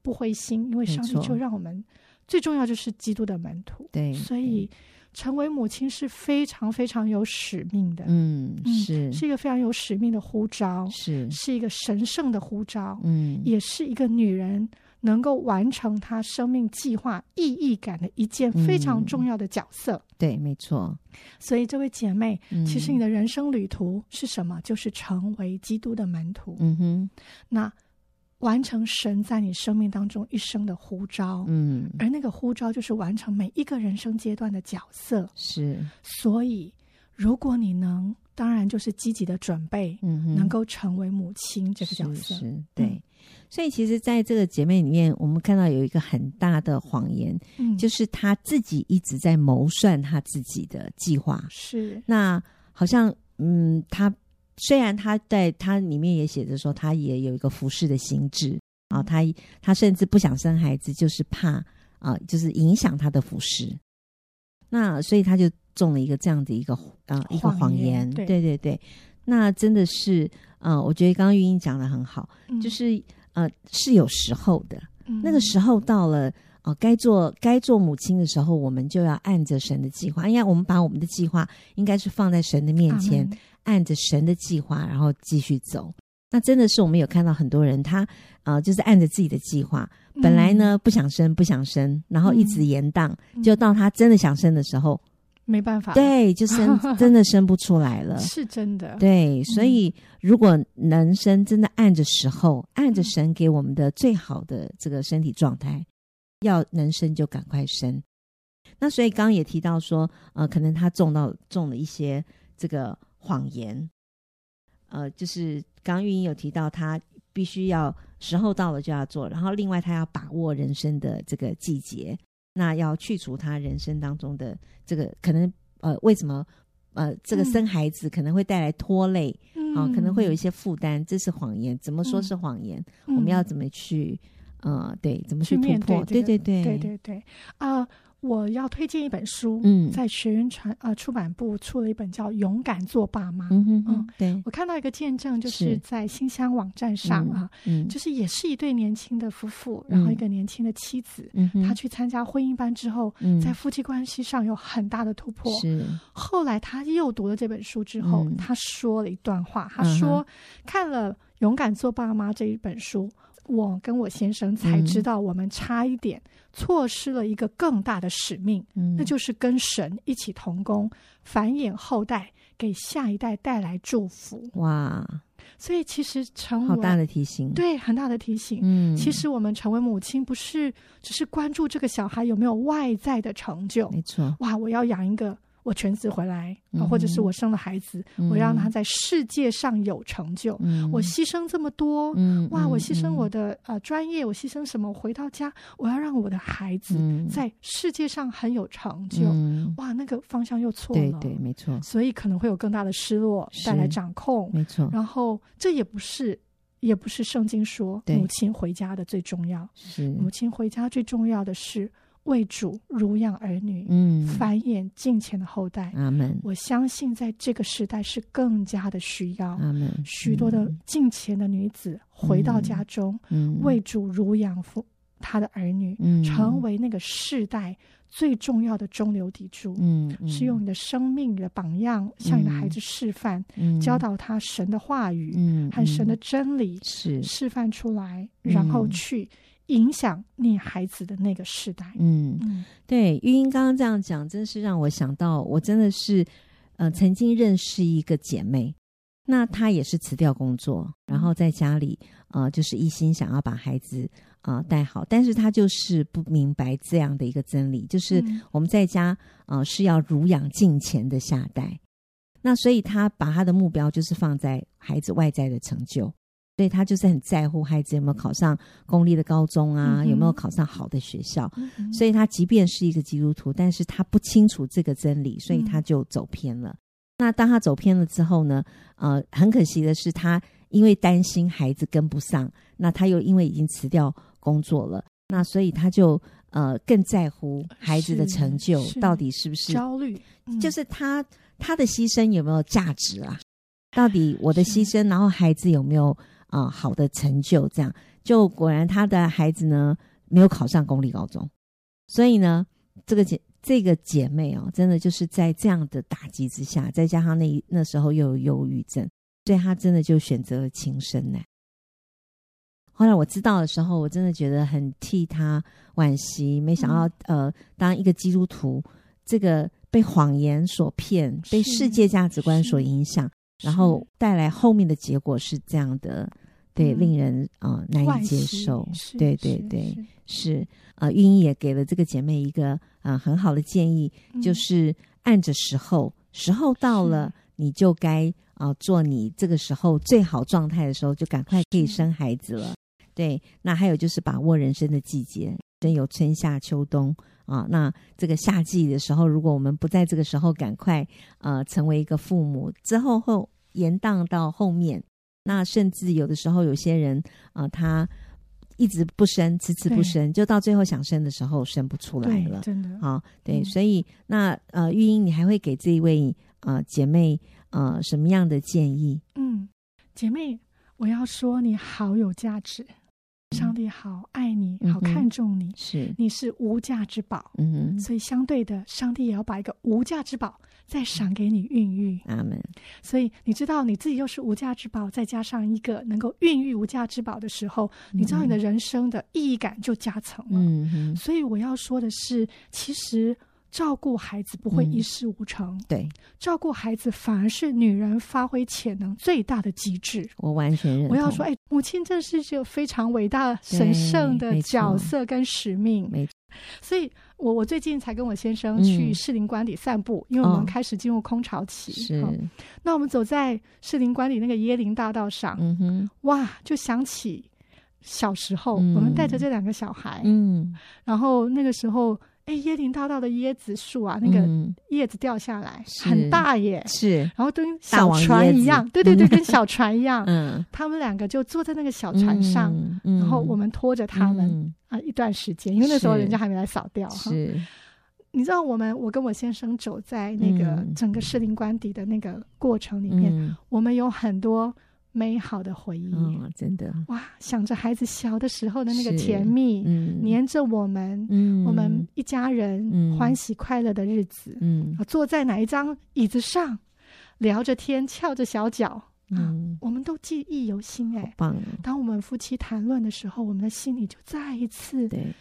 S3: 不灰心，因为上帝
S1: 没错
S3: 就让我们最重要就是基督的门徒。
S1: 对，
S3: 所以，成为母亲是非常非常有使命的，
S1: 嗯
S3: 嗯
S1: 是
S3: 是一个非常有使命的呼召，
S1: 是
S3: 是一个神圣的呼召，
S1: 嗯
S3: 也是一个女人能够完成她生命计划意义感的一件非常
S1: 嗯
S3: 重要的角色。
S1: 对，没错。
S3: 所以，这位姐妹，
S1: 嗯
S3: 其实你的人生旅途是什么？就是成为基督的门徒。
S1: 嗯哼
S3: 那完成神在你生命当中一生的呼召，
S1: 嗯
S3: 而那个呼召就是完成每一个人生阶段的角色。
S1: 是
S3: 所以，如果你能，当然就是积极的准备，
S1: 嗯哼
S3: 能够成为母亲这个角
S1: 是
S3: 色。嗯
S1: 是对。所以其实，在这个姐妹里面，我们看到有一个很大的谎言，
S3: 嗯，
S1: 就是她自己一直在谋算她自己的计划。
S3: 是
S1: 那好像，嗯，她虽然她在她里面也写着说，她也有一个服侍的心智啊，她她甚至不想生孩子，就是怕啊、就是影响她的服侍。那所以她就中了一个这样的一个啊、一个
S3: 谎
S1: 谎
S3: 言
S1: 言，
S3: 对
S1: 对对对。那真的是，呃，我觉得刚刚玉英讲的很好，
S3: 嗯
S1: 就是呃是有时候的，那个时
S3: 候，
S1: 候到了。哦，该做该做母亲的时候，我们就要按着神的计划，因哎为我们把我们的计划应该是放在神的面前，
S3: 阿门
S1: 按着神的计划，然后继续走。那真的是我们有看到很多人，他呃，就是按着自己的计划，本来呢不想生不想生，然后一直延宕，
S3: 嗯啊
S1: 就到他真的想生的时候，
S3: 没办法，，
S1: 对，就生
S3: <laughs>
S1: 真的生不出来了。
S3: 是真的，
S1: 对，所以如果男生真的按着时候，按着神给我们的最好的这个身体状态，要能生就赶快生。那所以刚刚也提到说，呃，可能他中到中了一些这个谎言，呃，就是刚刚玉英有提到他必须要时候到了就要做，然后另外他要把握人生的这个季节，那要去除他人生当中的这个可能呃为什么呃这个
S3: 嗯
S1: 生孩子可能会带来拖累
S3: 嗯
S1: 啊、可能会有一些负担，这是谎言。怎么说是谎言？
S3: 嗯
S1: 我们要怎么去呃对怎么
S3: 去
S1: 突
S3: 面对
S1: 破？
S3: 这个
S1: 对对
S3: 对
S1: 对，
S3: 对对啊、我要推荐一本书，
S1: 嗯
S3: 在学院传啊、出版部出了一本叫《勇敢做爸妈》。
S1: 嗯哼哼
S3: 嗯，
S1: 对，
S3: 我看到一个见证，就是是在新乡网站上啊，
S1: 嗯，
S3: 就是也是一对年轻的夫妇，
S1: 嗯
S3: 然后一个年轻的妻子，
S1: 嗯哼
S3: 她去参加婚姻班之后，
S1: 嗯
S3: 在夫妻关系上有很大的突破。
S1: 是
S3: 后来她又读了这本书之后
S1: 嗯，
S3: 她说了一段话，她
S1: 嗯哼
S3: 说：“看了《勇敢做爸妈》这一本书，我跟我先生才
S1: 嗯
S3: 知道，我们差一点错失了一个更大的使命，
S1: 嗯，
S3: 那就是跟神一起同工，繁衍后代，给下一代带来祝福。
S1: 哇，
S3: 所以其实成
S1: 好
S3: 为
S1: 大的提醒，，
S3: 对很大的提醒。
S1: 嗯，
S3: 其实我们成为母亲，不是只是关注这个小孩有没有外在的成就。
S1: 没错，
S3: 哇，我要养一个我全职回来，
S1: 嗯
S3: 啊，
S1: 哼
S3: 或者是我生了孩子，我要让他在世界上有成就。
S1: 嗯，
S3: 我牺牲这么多，
S1: 嗯，
S3: 哇，我牺牲我
S1: 的
S3: 的呃专业，我牺牲什么？我回到家，我要让我的孩子在世界上很有成就。
S1: 嗯、
S3: 哇，那个方向又错
S1: 对
S3: 了，
S1: 对，没错，
S3: 所以可能会有更大的失落，
S1: 是
S3: 带来掌控，
S1: 没错，
S3: 然后这也不是，也不是圣经说
S1: 对嗯
S3: 母亲回家的最重要。
S1: 是，
S3: 母亲回家最重要的是为主乳养儿女，
S1: 嗯，
S3: 繁衍敬虔的后代。
S1: 阿门，
S3: 我相信在这个时代是更加的需要。
S1: 阿门，
S3: 许多的敬虔的女子回到家中，
S1: 嗯嗯
S3: 为主乳养父她的儿女，
S1: 嗯
S3: 成为那个世代最重要的中流砥柱。
S1: 嗯嗯
S3: 是用你的生命、你的榜样，向你的孩子示范，
S1: 嗯
S3: 教导他神的话语、
S1: 嗯
S3: 和神的
S1: 嗯
S3: 真理，
S1: 是
S3: 示范出来，
S1: 嗯
S3: 然后去影响你孩子的那个世代。
S1: 嗯。
S3: 嗯
S1: 对，玉英刚刚这样讲，真是让我想到，我真的是，呃，曾经认识一个姐妹，那他也是辞掉工作，然
S3: 嗯
S1: 后在家里呃，就是一心想要把孩子啊、呃带好，但是他就是不明白这样的一个真理，就是
S3: 嗯
S1: 我们在家呃是要儒养敬虔的下代。那所以他把他的目标就是放在孩子外在的成就，所以他就是很在乎孩子有没有考上公立的高中啊，
S3: 嗯哼
S1: 有没有考上好的学校。
S3: 嗯
S1: 所以他即便是一个基督徒，但是他不清楚这个真理，所以
S3: 嗯
S1: 他就走偏了。那当他走偏了之后呢？呃，很可惜的是，他因为担心孩子跟不上，那他又因为已经辞掉工作了，那所以他就呃更在乎孩子的
S3: 是
S1: 成就是到底是不是
S3: 焦虑，嗯
S1: 就是他他的牺牲有没有价值啊？到底我的牺牲，然后孩子有没有啊、呃好的成就？这样就果然他的孩子呢没有考上公立高中，所以呢，这个姐这个姐妹哦，真的就是在这样的打击之下，再加上那一那时候又有忧郁症，所以她真的就选择了轻生呢。后来我知道的时候，我真的觉得很替她惋惜。没想到，呃，当一个基督徒，这个被谎言所骗，被
S3: 是
S1: 世界价值观所
S3: 是
S1: 影响，然后带来后面的结果是这样的，对，
S3: 嗯
S1: 令人啊、呃
S3: 是
S1: 难
S3: 惋
S1: 以接
S3: 惜
S1: 受。
S3: 是
S1: 对对
S3: 是
S1: 对
S3: 是
S1: 是呃，玉英也给了这个姐妹一个啊、呃很好的建议，就
S3: 嗯
S1: 是按着时候，时候到了，你就该啊、呃做你这个时候最好状态的时候，就赶快可以
S3: 是
S1: 生孩子了。对，那还有就是把握人生的季节，真有春夏秋冬啊。那这个夏季的时候，如果我们不在这个时候赶快呃成为一个父母，之后后延宕到后面，那甚至有的时候有些人啊、呃他一直不生，迟迟不
S3: 对
S1: 生，就到最后想生的时候生不出来了
S3: 对，。真的
S1: 好、对，
S3: 嗯
S1: 所以那呃，玉英，你还会给这一位呃姐妹呃什么样的建议？
S3: 嗯，姐妹，我要说你好有价值，上帝好爱你，
S1: 嗯
S3: 好
S1: 哼
S3: 看重你，
S1: 是，
S3: 你是无价之宝。
S1: 嗯哼，
S3: 所以相对的，上帝也要把一个无价之宝再赏给你孕育。
S1: 阿门，
S3: 所以你知道你自己又是无价之宝，再加上一个能够孕育无价之宝的时候，你知道你的人生的意义感就加成了。
S1: 嗯哼，
S3: 所以我要说的是，其实照顾孩子不会
S1: 嗯
S3: 一事无成，
S1: 对
S3: 照顾孩子反而是女人发挥潜能最大的极致。
S1: 我完全认同。
S3: 我要说，哎，母亲真是一个非常伟大、神圣的
S1: 没错
S3: 角色跟使命。
S1: 没错，
S3: 所以我我最近才跟我先生
S1: 嗯
S3: 去士林官邸散步，因为我
S1: 哦
S3: 们开始进入空巢期。
S1: 是
S3: 好，那我们走在士林官邸那个椰林大道上，
S1: 嗯哼，
S3: 哇，就想起小时候、
S1: 嗯
S3: 我们带着这两个小孩，
S1: 嗯，
S3: 然后那个时候，哎，椰林大道的椰子树啊，那个
S1: 嗯
S3: 叶子掉下来、
S1: 是
S3: 很大耶，
S1: 是，
S3: 然后跟
S1: 大
S3: 小
S1: 王椰
S3: 船一
S1: 子
S3: 样，对对对，跟小船一样。
S1: 嗯，
S3: <laughs> 他们两个就坐在那个小船上，
S1: 嗯，嗯
S3: 然后我们拖着他们
S1: 嗯
S3: 啊、一段时间，因为那时候
S1: 是
S3: 人家还没来扫掉哈。
S1: 是
S3: 你知道我们，我跟我先生走在那个
S1: 嗯
S3: 整个士林官邸的那个过程里面，
S1: 嗯
S3: 我们有很多美好的回忆。
S1: 嗯，真的，
S3: 哇，想着孩子小的时候的那个
S1: 是
S3: 甜蜜，
S1: 嗯，
S3: 黏着我们，
S1: 嗯，
S3: 我们一家人
S1: 嗯
S3: 欢喜快乐的日子，
S1: 嗯
S3: 啊坐在哪一张椅子上，聊着天，翘着小脚，
S1: 嗯，
S3: 我们都记忆犹新哎
S1: 好。棒哦，
S3: 当我们夫妻谈论的时候，我们的心里就再一次
S1: 对，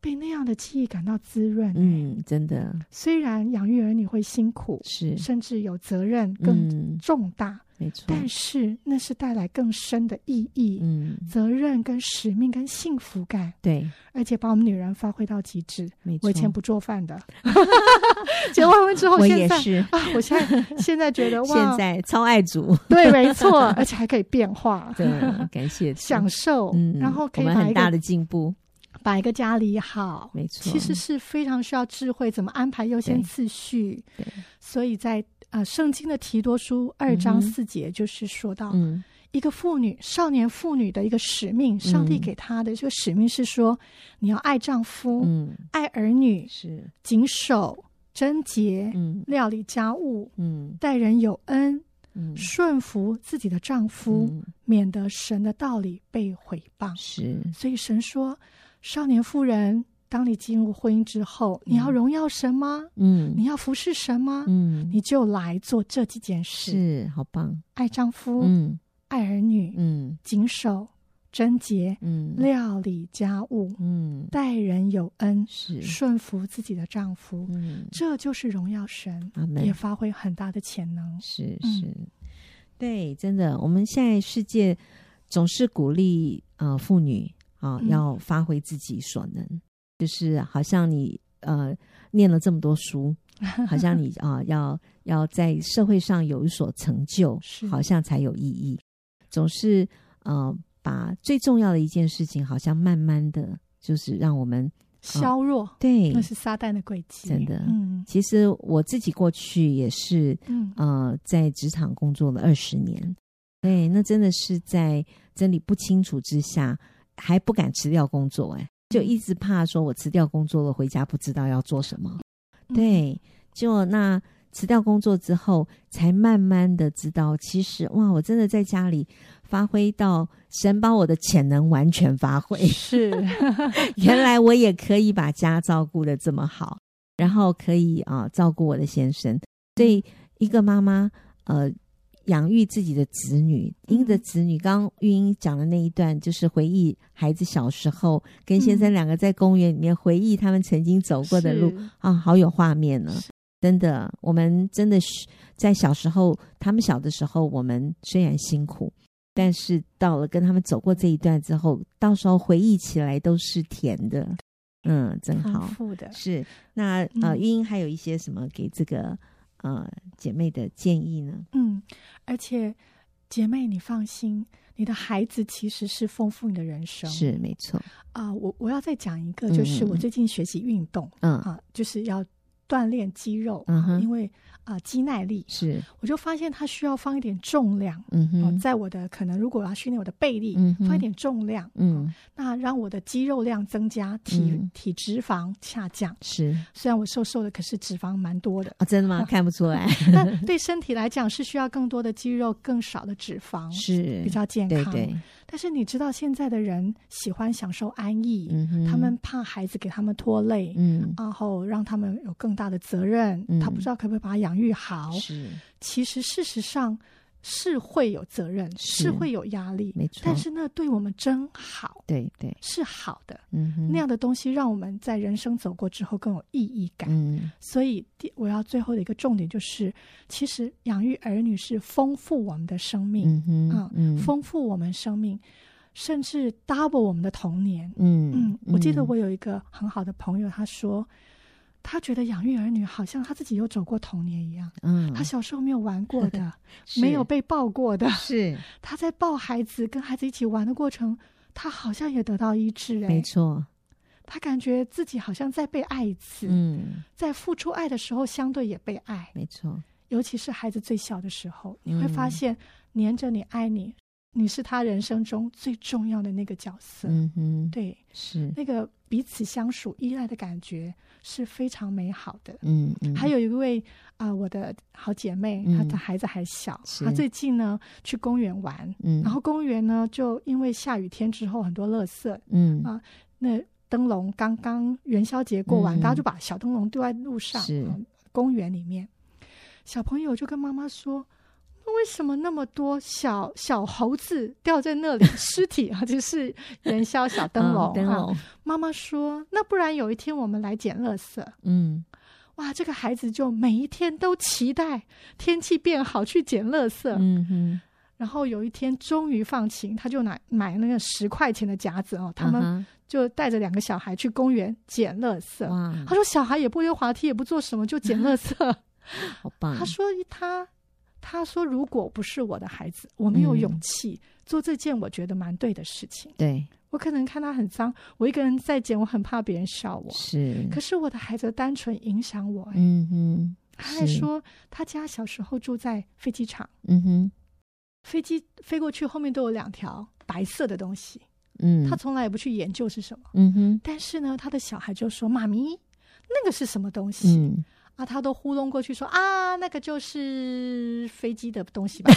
S3: 被那样的记忆感到滋润。，哎
S1: 嗯，真的
S3: 虽然养育儿女会辛苦，
S1: 是，
S3: 甚至有责任更
S1: 嗯，
S3: 重大，
S1: 没错，
S3: 但是那是带来更深的意义、
S1: 嗯，
S3: 责任跟使命跟幸福感，
S1: 对，
S3: 而且把我们女人发挥到极致。
S1: 没错，
S3: 我以前不做
S1: <laughs>
S3: 饭的，结完婚之后，
S1: 我
S3: 现
S1: 也
S3: 在
S1: 是，
S3: 啊，我现在现在
S1: <laughs>
S3: 觉得哇哦
S1: 现，在超爱
S3: <laughs>
S1: 煮，
S3: 对，没错，
S1: <laughs>
S3: 而且还可以变化，
S1: 对，感谢主
S3: 享受，
S1: 嗯，
S3: 然后可
S1: 我
S3: 以
S1: 们
S3: 把一
S1: 很
S3: 个
S1: 大的进步，
S3: 把一个家里好，
S1: 没错，
S3: 其实是非常需要智慧，怎么安排优先
S1: 对
S3: 次序
S1: 对。
S3: 所以在呃，圣经的提多书二
S1: 嗯
S3: 章
S1: 哼
S3: 四节就是说到，
S1: 嗯，
S3: 一个妇女、少年妇女的一个使命，上帝
S1: 嗯
S3: 给她的这个使命是说，你要爱丈夫、
S1: 嗯
S3: 爱儿女，
S1: 是，
S3: 谨守贞洁，
S1: 嗯
S3: 料理家务，
S1: 嗯
S3: 待人有恩，
S1: 嗯，
S3: 顺服自己的丈夫，
S1: 嗯
S3: 免得神的道理被毁谤。
S1: 是，
S3: 所以神说：“少年妇人，当你进入婚姻之后，你要荣耀神吗？
S1: 嗯
S3: 你要服侍神吗？
S1: 嗯，
S3: 你就来做这几件事：
S1: 是好棒，
S3: 爱丈夫，
S1: 嗯
S3: 爱儿女，
S1: 嗯
S3: 谨守贞洁，
S1: 嗯
S3: 料理家务，
S1: 嗯
S3: 待人有恩，
S1: 是，
S3: 顺服自己的丈夫。
S1: 嗯，
S3: 这就是荣耀神，
S1: 阿门啊
S3: 也，发挥很大的潜能。
S1: 是
S3: 嗯
S1: 是。对，真的，我们现在世界总是鼓励呃妇女啊、
S3: 嗯，
S1: 要发挥自己所能，就是好像你呃念了这么多书，好像你啊、要要在社会上有所成就是好像才有意义，总是呃把最重要的一件事情，好像慢慢的就是让我们
S3: 削弱，
S1: 对
S3: 那，是撒旦的诡
S1: 嗯
S3: 计。
S1: 真的
S3: 嗯
S1: 其实我自己过去也是
S3: 嗯，
S1: 呃，在职场工作了二十年，对，那真的是在真理不清楚之下，还不敢辞掉工作、哎，就一直怕说我辞掉工作了，回家不知道要做什么。
S3: 嗯，
S1: 对，就那辞掉工作之后，才慢慢的知道，其实哇，我真的在家里发挥到神把我的潜能完全发挥，
S3: 是
S1: 原来我也可以把家照顾的这么好，然后可以啊、照顾我的先生。所以一个妈妈呃养育自己的子女，
S3: 嗯
S1: 因着子女，刚刚玉英讲的那一段，就是回忆孩子小时候跟先生
S3: 嗯
S1: 两个在公园里面回忆他们曾经走过的路，
S3: 是
S1: 啊，好有画面呢、
S3: 是
S1: 真的，我们真的是在小时候，他们小的时候，我们虽然辛苦，但是到了跟他们走过这一段之后，到时候回忆起来都是甜的。嗯，真
S3: 丰
S1: 好。
S3: 富的。
S1: 是那呃，
S3: 嗯
S1: 玉英还有一些什么给这个呃姐妹的建议呢？
S3: 嗯，而且姐妹，你放心，你的孩子其实是丰富你的人生。
S1: 是没错，
S3: 啊、我我要再讲一个，就是
S1: 嗯
S3: 我最近学习运动
S1: 嗯
S3: 啊、就是要锻炼肌肉，
S1: 嗯
S3: 因
S1: 哼，
S3: 为啊、肌耐力，
S1: 是
S3: 我就发现它需要放一点重量。
S1: 嗯
S3: 哦
S1: 哼，
S3: 在我的可能，如果我要训练我的背力，
S1: 嗯哼
S3: 放一点哦重量，
S1: 嗯
S3: 那让我的肌肉量增加，体、
S1: 嗯
S3: 体脂肪下降。
S1: 是
S3: 虽然我瘦瘦的，可是脂肪蛮
S1: <laughs>，
S3: 多的
S1: 啊，真的吗？看不出来，
S3: 但对身体来讲是需要更多的肌肉，更少的脂肪，
S1: 是
S3: 比较健
S1: 对
S3: 康。
S1: 对，
S3: 但是你知道，现在的人喜欢享受安逸，
S1: 嗯哼，
S3: 他们怕孩子给他们拖累，
S1: 嗯
S3: 然后让他们有更大的责任，
S1: 嗯
S3: 他不知道可不可以把他养育好。
S1: 是
S3: 其实事实上是会有责任，
S1: 是
S3: 是会有压力，
S1: 没错，
S3: 但是那对我们真好，
S1: 对对，
S3: 是好的。
S1: 嗯哼，
S3: 那样的东西让我们在人生走过之后更有意义感。
S1: 嗯
S3: 所以第，我要最后的一个重点就是，其实养育儿女是丰富我们的生命，
S1: 嗯哼
S3: 啊
S1: 嗯
S3: 丰富我们生命，甚至 double 我们的童年。
S1: 嗯
S3: 嗯，我记得我有一个很好的朋友，他说，他觉得养育儿女好像他自己有走过童年一样，
S1: 嗯，
S3: 他小时候没有玩过的，
S1: 是
S3: 没有被抱过的， <laughs>
S1: 是
S3: 他在抱孩子、跟孩子一起玩的过程，他好像也得到医治、欸，
S1: 没错，
S3: 他感觉自己好像在被爱一次，
S1: 嗯
S3: 在付出爱的时候，相对也被爱，
S1: 没错，
S3: 尤其是孩子最小的时候，
S1: 嗯
S3: 你会发现黏着你、爱你，你是他人生中最重要的那个角色。
S1: 嗯哼
S3: 对，
S1: 是
S3: 那个彼此相属、依赖的感觉是非常美好的。
S1: 嗯嗯，
S3: 还有一位啊、我的好姐妹，
S1: 嗯
S3: 她的孩子还小，
S1: 是
S3: 她最近呢去公园玩，
S1: 嗯
S3: 然后公园呢就因为下雨天之后很多垃圾，
S1: 嗯
S3: 啊那灯笼刚刚元宵节过完，
S1: 嗯
S3: 大家就把小灯笼丢在路上，
S1: 是
S3: 嗯公园里面。小朋友就跟妈妈说：“那为什么那么多小小猴子掉在那里？尸体啊，就是元宵小灯
S1: <laughs>
S3: 笼、
S1: 灯
S3: 啊
S1: 笼
S3: 妈妈说：“那不然有一天我们来捡垃圾。”
S1: 嗯
S3: 哇，这个孩子就每一天都期待天气变好去捡垃圾，
S1: 嗯哼，
S3: 然后有一天终于放晴，他就拿买那个十块钱的夹子哦，他们
S1: 啊
S3: 就带着两个小孩去公园捡垃
S1: 哈。
S3: 圾
S1: 哇，
S3: 他说小孩也不溜滑梯，也不做什么，就捡垃圾。
S1: 嗯好棒，
S3: <laughs> 他说他他说如果不是我的孩子，我没有
S1: 嗯
S3: 勇气、做这件我觉得蛮对的事情。
S1: 对
S3: 我可能看他很脏，我一个人在捡，我很怕别人笑我。
S1: 是，
S3: 可是我的孩子单纯影响我、哎
S1: 嗯哼
S3: 他还
S1: 是
S3: 说他家小时候住在飞机场，
S1: 嗯哼
S3: 飞机飞过去后面都有两条白色的东西，
S1: 嗯，
S3: 他从来也不去研究是什么。
S1: 嗯哼
S3: 但是呢，他的小孩就说：“妈咪，那个是什么东西？”
S1: 嗯
S3: 啊，他都糊弄过去说：“啊，那个就是飞机的东西吧。”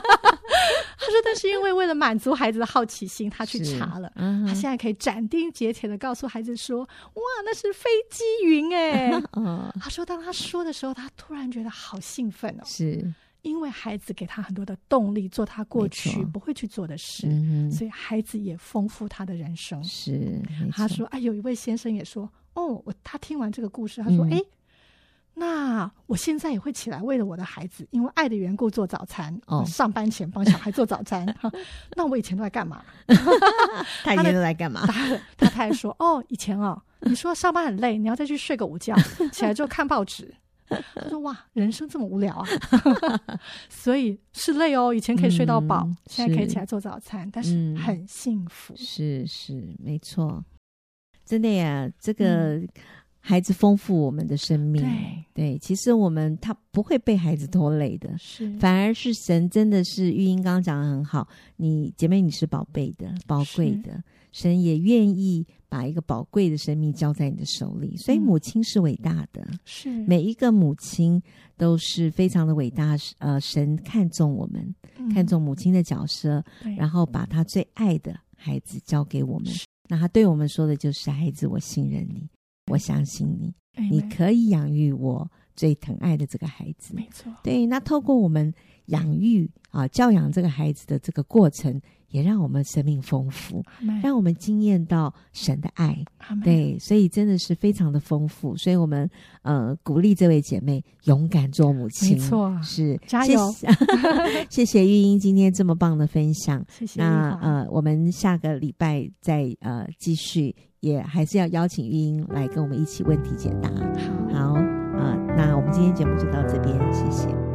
S3: <laughs> 他说：“但是因为为了满足孩子的好奇心，他去
S1: 是
S3: 查了。”
S1: 啊
S3: 他
S1: 哈
S3: 现在可以斩钉截铁的告诉孩子说：“哇，那是飞机云哎、
S1: <laughs> 哦
S3: 他说，当他说的时候，他突然觉得好兴奋哦，
S1: 是
S3: 因为孩子给他很多的动力，做他过
S1: 没
S3: 去
S1: 错
S3: 不会去做的事，
S1: 嗯哼
S3: 所以孩子也丰富他的人生。
S1: 是，没
S3: 他
S1: 错
S3: 说：“哎，有一位先生也说，哦，我他听完这个故事，他说，
S1: 嗯
S3: 哎、那我现在也会起来为了我的孩子，因为爱的缘故做早餐。
S1: 哦
S3: 上班前帮小孩做早餐。
S1: <laughs>
S3: 哈那我以前都在干嘛？
S1: 他以前都在干嘛？
S3: 他他太太说：“哦，以前哦，你说上班很累，你要再去睡个午觉，起来之后看报纸。”他说：“哇，人生这么无聊啊！” <laughs> 所以是累哦，以前可以睡到饱，
S1: 嗯
S3: 现在可以
S1: 是
S3: 起来做早餐，但是
S1: 嗯
S3: 很幸福。
S1: 是是，没错，真的呀，这个孩子丰富我们的生命。
S3: 对
S1: 对，其实我们他不会被孩子拖累的，
S3: 是
S1: 反而是神真的是玉英刚刚讲的很好，你姐妹你是宝贝的、宝贵的，神也愿意把一个宝贵的生命交在你的手里，所以
S3: 嗯
S1: 母亲是伟大的，
S3: 是
S1: 每一个母亲都是非常的伟大，呃，神看重我们，看重母亲的角色，
S3: 嗯对
S1: 然后把她最爱的孩子交给我们
S3: 是。
S1: 那他对我们说的就是：“孩子，我信任你，我相信你，
S3: 嗯
S1: 你
S3: Amen
S1: 可以养育我最疼爱的这个孩子。”
S3: 没错，
S1: 对，那透过我们养育啊、教养这个孩子的这个过程，也让我们生命丰富，
S3: 阿门
S1: 让我们经验到神的爱。
S3: 阿门
S1: 对，所以真的是非常的丰富。所以我们呃鼓励这位姐妹勇敢做母亲，
S3: 没错，啊
S1: 是
S3: 加
S1: 谢
S3: 油
S1: 谢 <laughs> 谢谢玉英今天这么棒的分享。
S3: 谢谢
S1: 那
S3: 丽华
S1: 呃，我们下个礼拜再呃继续，也还是要邀请玉英来跟我们一起问题解答。
S3: 好。
S1: 好，呃，那我们今天节目就到这边，谢谢。